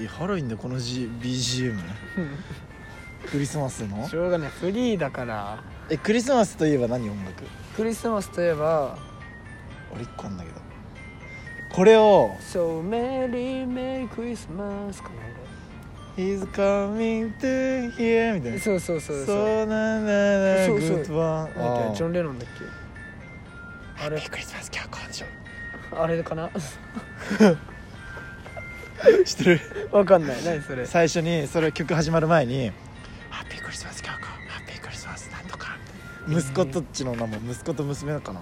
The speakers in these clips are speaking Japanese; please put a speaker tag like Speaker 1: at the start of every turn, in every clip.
Speaker 1: えハロウィンでこの、G、BGM クリスマスの
Speaker 2: しょうがないフリーだから
Speaker 1: えクリスマスといえば何音楽
Speaker 2: クリスマスといえば
Speaker 1: 俺1個あんだけどこれを
Speaker 2: 「So Merry Merry Christmas」かな
Speaker 1: 「He's coming to here」みたい
Speaker 2: 俺
Speaker 1: な
Speaker 2: そうそうそうそう
Speaker 1: そうななな
Speaker 2: そうそう
Speaker 1: Good one
Speaker 2: なんだっ
Speaker 1: あ
Speaker 2: けジョ
Speaker 1: ー
Speaker 2: ン・レノンだっけあれ
Speaker 1: クリスマス今日こうでしょ
Speaker 2: あれかな
Speaker 1: 知ってる
Speaker 2: わかんない何それ
Speaker 1: 最初にそれ曲始まる前に「ハッピークリスマス京子ハッピークリスマスなんとか」息子とっちの名前息子と娘のかな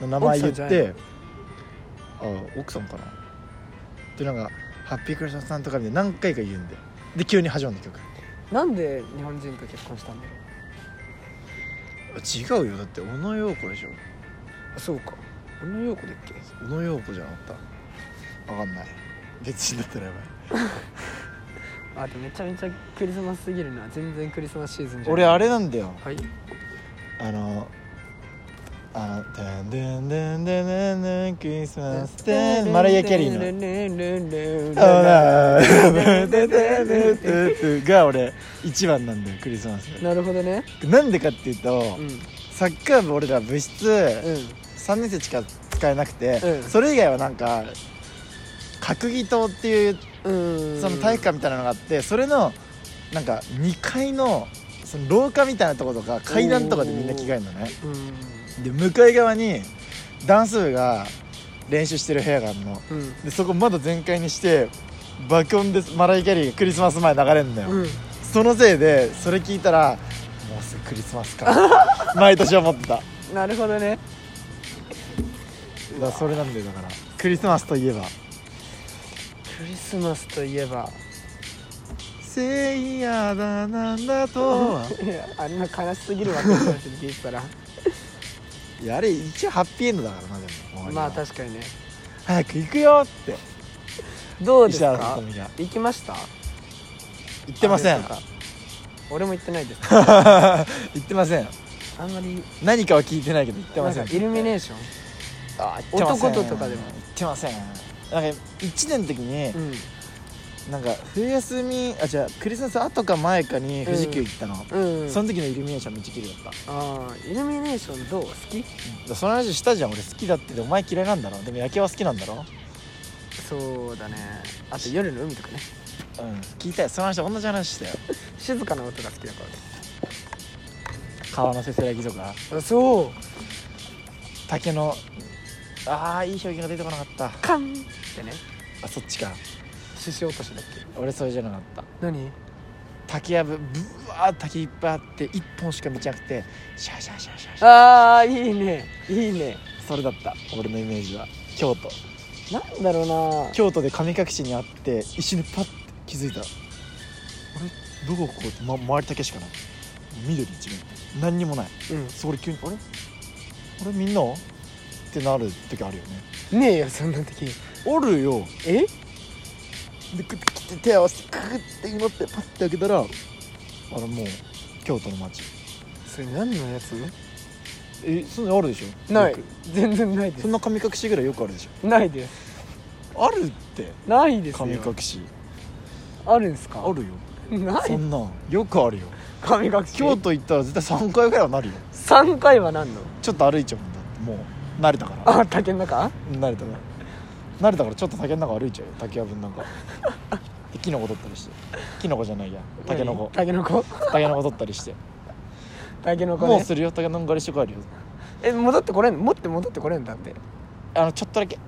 Speaker 1: の名前言っ
Speaker 2: 奥さんじゃ
Speaker 1: てあ奥さんかなでなんか「ハッピークリスマスなんとか」みたいな何回か言うんでで急に始まるんだ曲
Speaker 2: なんで日本人と結婚したんだろ
Speaker 1: 違うよだって小野陽子でしょ
Speaker 2: うあそうか小野陽子だっけ
Speaker 1: 小野陽子じゃなかったわかんない別人だったらやばい
Speaker 2: あでもめちゃめちゃクリスマスすぎるな全然クリスマスシーズンじゃない
Speaker 1: 俺あれなんだよ
Speaker 2: はい
Speaker 1: あのあの「ダンダンダンダンダンダンクリスマス」でマライア・キャリーの「
Speaker 2: ー
Speaker 1: ああが俺一番なんだよクリスマス
Speaker 2: なるほどね
Speaker 1: なんでかっていうと
Speaker 2: うんうん
Speaker 1: サッカー部俺ら部室3年生しか使えなくて
Speaker 2: うん
Speaker 1: それ以外はなんか閣議棟っていう
Speaker 2: うん
Speaker 1: その体育館みたいなのがあってそれのなんか2階のその廊下みたいなとことか階段とかでみんな着替えるのね
Speaker 2: うん
Speaker 1: で向かい側にダンス部が練習してる部屋があるの
Speaker 2: うん
Speaker 1: でそこまだ全開にして爆音でマライアキャリーがクリスマス前流れるんだよ、
Speaker 2: うん
Speaker 1: そのせいでそれ聞いたらもうすぐクリスマスか 毎年思ってただか
Speaker 2: なるほどね
Speaker 1: らそれなんだよだからクリスマスといえば
Speaker 2: クリスマスといえば
Speaker 1: 「せいやだなんだとはい
Speaker 2: や あんな悲しすぎるわクリスマスに聞いてたら」
Speaker 1: いやあれ一応ハッピーエンドだからなでも終わりは
Speaker 2: まあ確かにね
Speaker 1: 早く行くよって
Speaker 2: どうです
Speaker 1: 石原さ
Speaker 2: か
Speaker 1: とみが
Speaker 2: 行きました
Speaker 1: 言ってませ
Speaker 2: あ
Speaker 1: ん
Speaker 2: れとか俺も行ってないです
Speaker 1: 言ってません
Speaker 2: あんまり
Speaker 1: 何かは聞いてないけど言って
Speaker 2: な
Speaker 1: ま
Speaker 2: ん
Speaker 1: せ
Speaker 2: か
Speaker 1: ん
Speaker 2: イルミネーション
Speaker 1: あ言ってません
Speaker 2: 男ととかでも
Speaker 1: 言ってませんなんか1年の時に
Speaker 2: うん
Speaker 1: なんか冬休みあじゃあクリスマス後か前かに富士急行ったの、
Speaker 2: うん、
Speaker 1: その時のイルミネーションめっちゃ綺麗だった、
Speaker 2: ああイルミネーションどう好き
Speaker 1: その話したじゃん俺好きだってでお前嫌いなんだろでも夜景は好きなんだろ
Speaker 2: そうだねあと夜の海とかね
Speaker 1: うん聞いたよその話と同じ話したよ
Speaker 2: 静かな音が好きだか
Speaker 1: 川のせせらぎとから
Speaker 2: そう
Speaker 1: 竹のああいい表現が出てこなかった
Speaker 2: カンってね
Speaker 1: あそっちか
Speaker 2: 獅子落としだっけ
Speaker 1: 俺それじゃなかった
Speaker 2: 何
Speaker 1: 竹やぶぶわー竹いっぱいあって一本しか道なくてシャーシャーシャーシャーシャー
Speaker 2: ああいいねいいね
Speaker 1: それだった俺のイメージは京都
Speaker 2: なんだろうな
Speaker 1: 京都で神隠しにあって一瞬でパッて気づいたあれどこここって、ま、周りだけしかない緑一面何にもないそこで急に「あれあれみんな?」ってなる時あるよね
Speaker 2: うんねえよそんな時
Speaker 1: あるよ
Speaker 2: え
Speaker 1: でクッて切って手を合わせてクッて祈ってパッて開けたらあれもう京都の街
Speaker 2: それ何のやつ
Speaker 1: えそんなのあるでしょ
Speaker 2: ない
Speaker 1: よく
Speaker 2: 全然ないで
Speaker 1: そんな神隠しぐらいよくあるでし
Speaker 2: すないです
Speaker 1: ょあるって
Speaker 2: ないです
Speaker 1: 神
Speaker 2: よ
Speaker 1: 隠し
Speaker 2: あるんすか
Speaker 1: あるよ
Speaker 2: な
Speaker 1: そ
Speaker 2: い
Speaker 1: んなんよくあるよ
Speaker 2: 神隠し
Speaker 1: 京都行ったら絶対3回ぐらいはなるよ
Speaker 2: 3回は何の
Speaker 1: ちょっと歩いちゃうんだってもう慣れたから
Speaker 2: あ竹の中
Speaker 1: 慣れたから慣れたからちょっと竹の中歩いちゃうよ竹やぶの中でキノコ取ったりしてキノコじゃないやタケノコ
Speaker 2: 何タケ ノコ
Speaker 1: タケノコ取ったりして
Speaker 2: タケノコ
Speaker 1: もう
Speaker 2: ね
Speaker 1: するよタケノコ狩りして帰るよ
Speaker 2: え戻ってこれん持って戻ってこれんだって
Speaker 1: あのちょっとだけ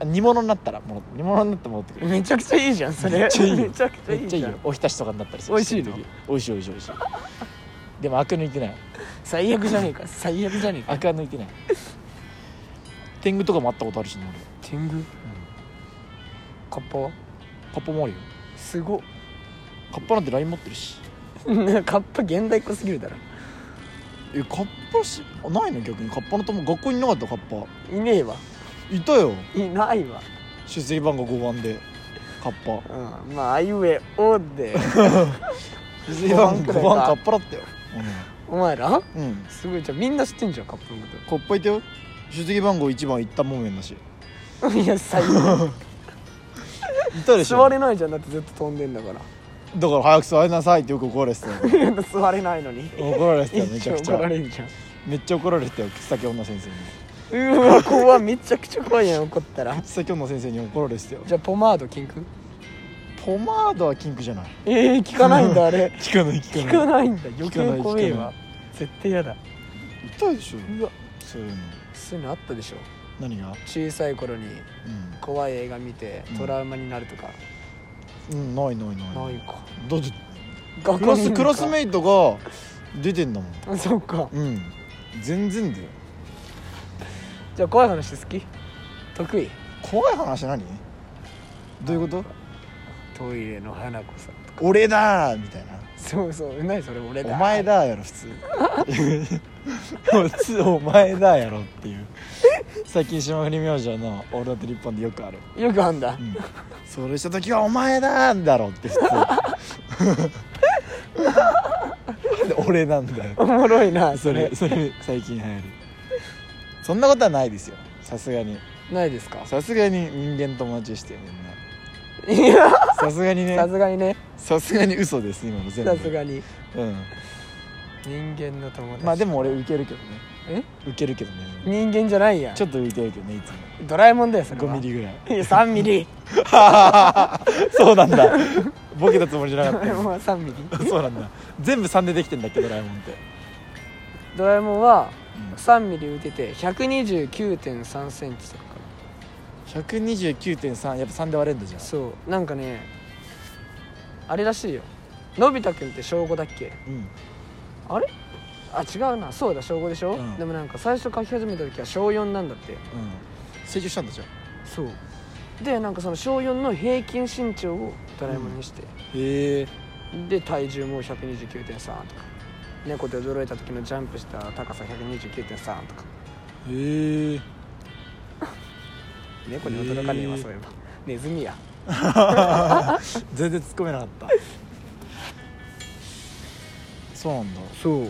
Speaker 1: あ煮物になったらもう煮物になって戻ってくる
Speaker 2: めちゃくちゃいいじゃんそれ
Speaker 1: めっちゃいいよ
Speaker 2: めちゃくちゃ
Speaker 1: め
Speaker 2: い
Speaker 1: っ
Speaker 2: い
Speaker 1: ちゃいい
Speaker 2: じ
Speaker 1: よ
Speaker 2: ゃん
Speaker 1: おひたしとかになったりする
Speaker 2: 美味しいの
Speaker 1: その時美味しい美味しい美味しいでもアク抜いてない
Speaker 2: 最悪じゃねえか最悪じゃねえ
Speaker 1: ア
Speaker 2: か
Speaker 1: クは抜いてない天狗とかもあったことあるしね
Speaker 2: 天狗カッパは
Speaker 1: 俺カッパもあるよ
Speaker 2: すごっ
Speaker 1: カッパなんて LINE 持ってるし
Speaker 2: カッパ現代っ子すぎるだろ
Speaker 1: えカッパしあないの逆にカッパの友学校にいなかったカッパ
Speaker 2: いねえわ
Speaker 1: いたよ
Speaker 2: いないわ
Speaker 1: 出席番号5番でカッパ
Speaker 2: うんまああいうえおで
Speaker 1: 出席番号5
Speaker 2: 5番くらいか
Speaker 1: 番カッパだったよ
Speaker 2: お前ら
Speaker 1: うん、うん、
Speaker 2: すごいじゃあみんな知ってんじゃんカップの
Speaker 1: カ
Speaker 2: こ
Speaker 1: ッパいたよ出席番号1番いったもんめんだし
Speaker 2: といや最悪
Speaker 1: いたでしょ
Speaker 2: 座れないじゃんだってずっと飛んでんだから
Speaker 1: だから早く座りなさいってよく怒られてたよ
Speaker 2: 座れないのに
Speaker 1: 怒られてたよめ
Speaker 2: 一
Speaker 1: ちゃ
Speaker 2: 応
Speaker 1: くち
Speaker 2: 怒ら
Speaker 1: ゃ
Speaker 2: れるじゃん
Speaker 1: めっちゃ怒られてたよ草木女先生に
Speaker 2: うわ怖いめちゃくちゃ怖いやん怒ったら
Speaker 1: 草木女先生に怒られてたよ
Speaker 2: じゃあポマード禁句
Speaker 1: ポマードはキンクじゃない
Speaker 2: ええー、聞かないんだあ れ
Speaker 1: 聞かない聞
Speaker 2: 聞
Speaker 1: かな
Speaker 2: か
Speaker 1: い
Speaker 2: ないんだ余
Speaker 1: 聞かない
Speaker 2: 計怖え
Speaker 1: 聞かな
Speaker 2: わ
Speaker 1: い
Speaker 2: 絶対嫌だ
Speaker 1: いたでしょ
Speaker 2: うわ
Speaker 1: そういうの
Speaker 2: そういうのあったでしょ
Speaker 1: 何が
Speaker 2: 小さい頃に怖い映画見て
Speaker 1: うん
Speaker 2: トラウマになるとか、
Speaker 1: うん、うん、ないないない
Speaker 2: ないか
Speaker 1: だって
Speaker 2: 学
Speaker 1: クラスクラス
Speaker 2: イ
Speaker 1: メイトが出てんだもん
Speaker 2: トそうか
Speaker 1: うん全然だよ
Speaker 2: じゃあ怖い話好き得意
Speaker 1: 怖い話何どういうこと
Speaker 2: トイレの花子さんとか
Speaker 1: 俺だーみたいな
Speaker 2: そうそう何それ俺だ
Speaker 1: お前だーやろ 普通普通お前だーやろっていう最近霜降り明星の「オールナイトニッポン」でよくある、
Speaker 2: よくあん
Speaker 1: う
Speaker 2: だ
Speaker 1: ん、それした時は「お前だ!」だろって普通なんで俺なんだよ
Speaker 2: おもろいな
Speaker 1: そ
Speaker 2: それ
Speaker 1: れそれ最近流行るそんなことはないですよさすがに
Speaker 2: ないですか
Speaker 1: さすがに人間友達でしたよみんない
Speaker 2: や
Speaker 1: さすがにね
Speaker 2: さすがにね
Speaker 1: さすがに嘘です今の全部
Speaker 2: さすがに
Speaker 1: うん
Speaker 2: 人間の友達
Speaker 1: まあでも俺ウケるけどね
Speaker 2: え
Speaker 1: ウケるけどね
Speaker 2: 人間じゃないやん
Speaker 1: ちょっと浮いてるけどねいつも
Speaker 2: ドラえもんだよそれ
Speaker 1: 5ミリぐらい
Speaker 2: リ3ミリ
Speaker 1: そうなんだボケたつもりじゃなかった
Speaker 2: まあ3ミリ
Speaker 1: そうなんだ全部3でできてんだっけドラえもんって、
Speaker 2: ドラえもんは
Speaker 1: うん、
Speaker 2: 3ミリ打てて129.3センチとかか
Speaker 1: 129.3やっぱ3で割れるんだじゃ
Speaker 2: なんそうなんかねあれらしいよのび太くんって小5だっけ
Speaker 1: うん
Speaker 2: あれあ違うなそうだ小5でしょ、
Speaker 1: うん
Speaker 2: でもなんか最初書き始めた時は小4なんだって
Speaker 1: うん成長したんだじゃん
Speaker 2: そうでなんかその小4の平均身長をドラえもんにして、
Speaker 1: へえ
Speaker 2: で体重も129.3とか猫で驚いた時のジャンプした高さ129.3とか
Speaker 1: へえ
Speaker 2: 猫に驚かねえわ
Speaker 1: へー
Speaker 2: そういえばネズミや
Speaker 1: 全然突っ込めなかったそうなんだ
Speaker 2: そう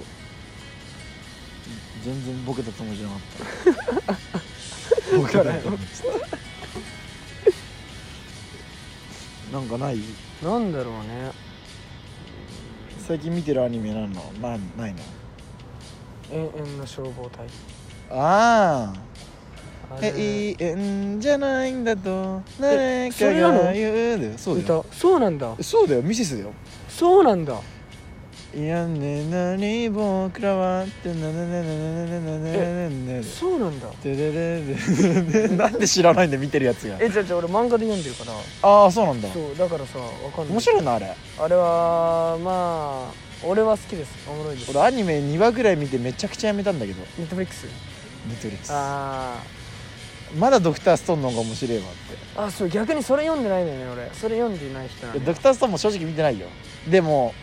Speaker 1: 全然ボケたつもりじゃなかったボケたと思ってたなんかない
Speaker 2: なんだろうね
Speaker 1: 最近見てるアニメなんのなないの
Speaker 2: 永遠の消防隊
Speaker 1: あ
Speaker 2: あ
Speaker 1: あ
Speaker 2: れ
Speaker 1: 永遠じゃないんだと
Speaker 2: え
Speaker 1: 誰
Speaker 2: そ
Speaker 1: か
Speaker 2: れなの
Speaker 1: が言うだよそうだよ
Speaker 2: 歌そうなんだ
Speaker 1: そうだよミセスだよ
Speaker 2: そうなんだ
Speaker 1: いやねなに僕らはってななななななななななな
Speaker 2: そうなんだ
Speaker 1: ででででなんで知らないんだ見てるやつが
Speaker 2: えじゃあじゃあ俺漫画で読んでるから
Speaker 1: ああそうなんだ
Speaker 2: そうだからさわかんない
Speaker 1: 面白いなあれ
Speaker 2: あれはまあ俺は好きですおもろいです
Speaker 1: 俺アニメ2話ぐらい見てめちゃくちゃやめたんだけど
Speaker 2: ネットフリックス
Speaker 1: ネトリックス
Speaker 2: ああ
Speaker 1: まだドクターストーンの方が面白いわっ
Speaker 2: あそう逆にそれ読んでないんだよね俺それ読んでない人な
Speaker 1: て
Speaker 2: ん
Speaker 1: いやド
Speaker 2: だ
Speaker 1: クターストーンも正直見てないよでも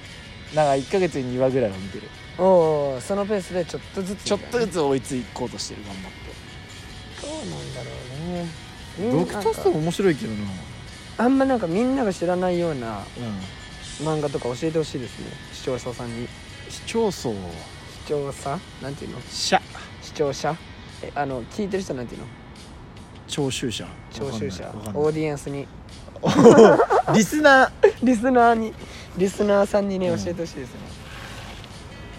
Speaker 1: なんか1ヶ月に2話ぐらいは見てる
Speaker 2: おうおうそのペースでちょっとずつ
Speaker 1: ちょっとず
Speaker 2: つ
Speaker 1: つ追いつこうとしてる頑張っ
Speaker 2: そうなんだろうねみ
Speaker 1: て
Speaker 2: ん
Speaker 1: ド
Speaker 2: な
Speaker 1: クターストーン面白いけどな
Speaker 2: あんまなんかみんなが知らないような
Speaker 1: うん
Speaker 2: 漫画とか教えてほしいですね視聴者さんに
Speaker 1: 視聴層
Speaker 2: 視聴者なんていうの
Speaker 1: 者
Speaker 2: 視聴者えあの聞いてる人なんていうの
Speaker 1: 聴衆者
Speaker 2: 聴衆者
Speaker 1: わかんない
Speaker 2: オ
Speaker 1: わ
Speaker 2: ーディエンスに
Speaker 1: かんないリスナー
Speaker 2: リスナーにリスナーさんにね
Speaker 1: うん
Speaker 2: 教えてほしいですね、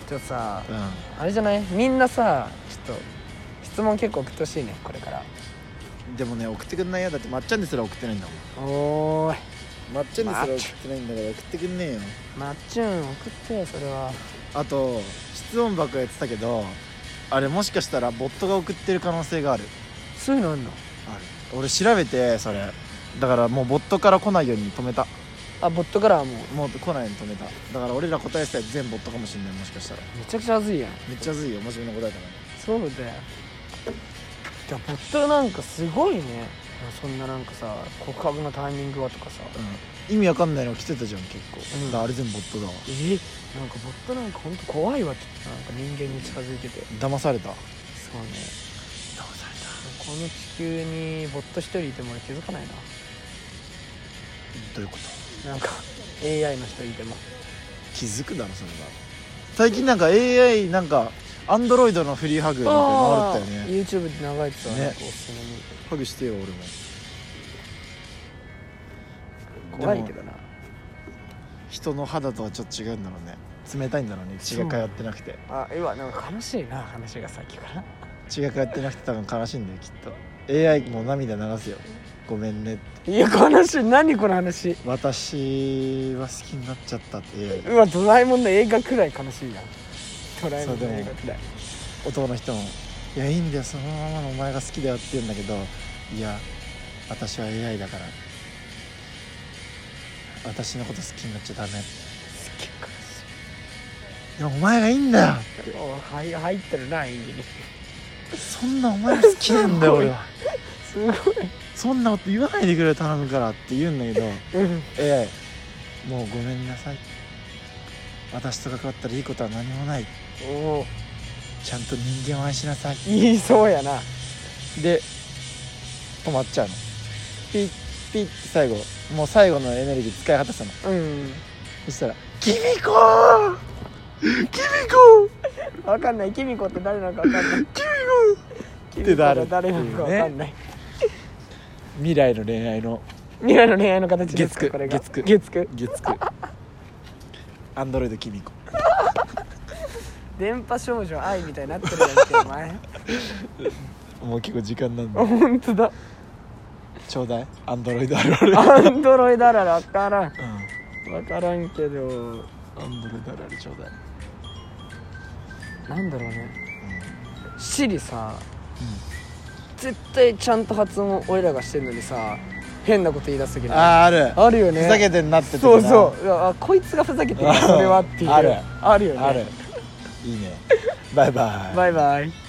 Speaker 2: ちょっとさ
Speaker 1: うん
Speaker 2: あれじゃないみんなさちょっと質問結構送ってほしいねこれから
Speaker 1: でもね送ってくんないよだってまっちゃんですら送ってないんだもん
Speaker 2: おーい
Speaker 1: まっちゃんですら送ってないんだから送ってくんねえよ
Speaker 2: まっちゅん送ってよそれは
Speaker 1: あと質問箱やってたけどあれもしかしたらボットが送ってる可能性がある
Speaker 2: そういうのあんの
Speaker 1: ある俺調べてそれだからもうボットから来ないように止めた
Speaker 2: あボットからはもう
Speaker 1: もう来ないように止めただから俺ら答えしたやつ全部ボットかもしんないもしかしたら
Speaker 2: めちゃくちゃ熱いやん
Speaker 1: めっちゃずいよ真面目な答えだな
Speaker 2: そうだよじゃボットなんかすごいねそんななんかさ告白のタイミングはとかさ
Speaker 1: うん意味わかんないの来てたじゃん結構、
Speaker 2: うん
Speaker 1: だからあれ全部ボットだわ
Speaker 2: えなんかボットなんかほんと怖いわちょっとなんか人間に近づいてて
Speaker 1: 騙された騙
Speaker 2: そうね
Speaker 1: され
Speaker 2: この地球にボット一人いても俺気づかない
Speaker 1: たどういうこと
Speaker 2: ななんか AI の人いても
Speaker 1: 気づくだろそれは最近なんか AI なんかアンドロイドのフリーハグみたいなのあったよね
Speaker 2: YouTube で流れてた
Speaker 1: ね
Speaker 2: わ、なんかおすすめに
Speaker 1: ハグしてよ俺も
Speaker 2: 怖いけどな
Speaker 1: 人の肌とはちょっと違うんだろうね冷たいんだろうね血が通ってなくて
Speaker 2: あ今なんか悲しいな話がさっきから
Speaker 1: 血が通ってなくて多分悲しいんだよきっと AI も涙流すよごめんねって
Speaker 2: いや悲しい何この話
Speaker 1: 私は好きになっちゃったって AI が
Speaker 2: うわドラえもんの映画くらい悲しいなドラえもんの
Speaker 1: そうでも
Speaker 2: 映画くらい
Speaker 1: 男の人も「いやいいんだよそのままのお前が好きだよ」って言うんだけど「いや私は AI だから私のこと好きになっちゃダメ」
Speaker 2: すっげえ悲しい
Speaker 1: でもお前がいいんだよ
Speaker 2: おはい入ってるな演技に
Speaker 1: そんなお前が好きなんだよ
Speaker 2: すごい
Speaker 1: 俺は
Speaker 2: すごい、
Speaker 1: そんなこと言わないでくれよ頼むからって言うんだけど AI もうごめんなさい私と関わったらいいことは何もない
Speaker 2: お
Speaker 1: ちゃんと人間を愛しなさい
Speaker 2: 言いそうやな
Speaker 1: で止まっちゃうのピッピッって最後もう最後のエネルギー使い果たしたの
Speaker 2: うん
Speaker 1: そしたら「キミコーキミコー
Speaker 2: 分かんないキミコって誰なのか分かんない
Speaker 1: キミコー
Speaker 2: キミ
Speaker 1: て
Speaker 2: コ
Speaker 1: 誰
Speaker 2: が誰なのか分かんない、
Speaker 1: 未来の恋愛の
Speaker 2: 未来の恋愛の形で
Speaker 1: 月
Speaker 2: すか
Speaker 1: 九
Speaker 2: これが
Speaker 1: 月九
Speaker 2: 月九
Speaker 1: 月9アンドロイドキミコ
Speaker 2: 電波少女愛みたいになってるやんけお前
Speaker 1: もう結構時間なんで
Speaker 2: 本当だ
Speaker 1: ちょうだいアンドロイドあるある
Speaker 2: アンドロイドあらら分からん
Speaker 1: うん
Speaker 2: 分からんけど
Speaker 1: アンドロイドあるあるちょうだい、
Speaker 2: なんだろうねシリさ絶対ちゃんと発音を俺らがしてんのにさ変なこと言い出す時
Speaker 1: うん、
Speaker 2: ない
Speaker 1: あーある
Speaker 2: あるよね
Speaker 1: ふざけてんなって時な
Speaker 2: そうそううわあこいつがふざけてるなそれはっていう
Speaker 1: ある
Speaker 2: あるよね
Speaker 1: あるいいねバイバイ
Speaker 2: バイバイ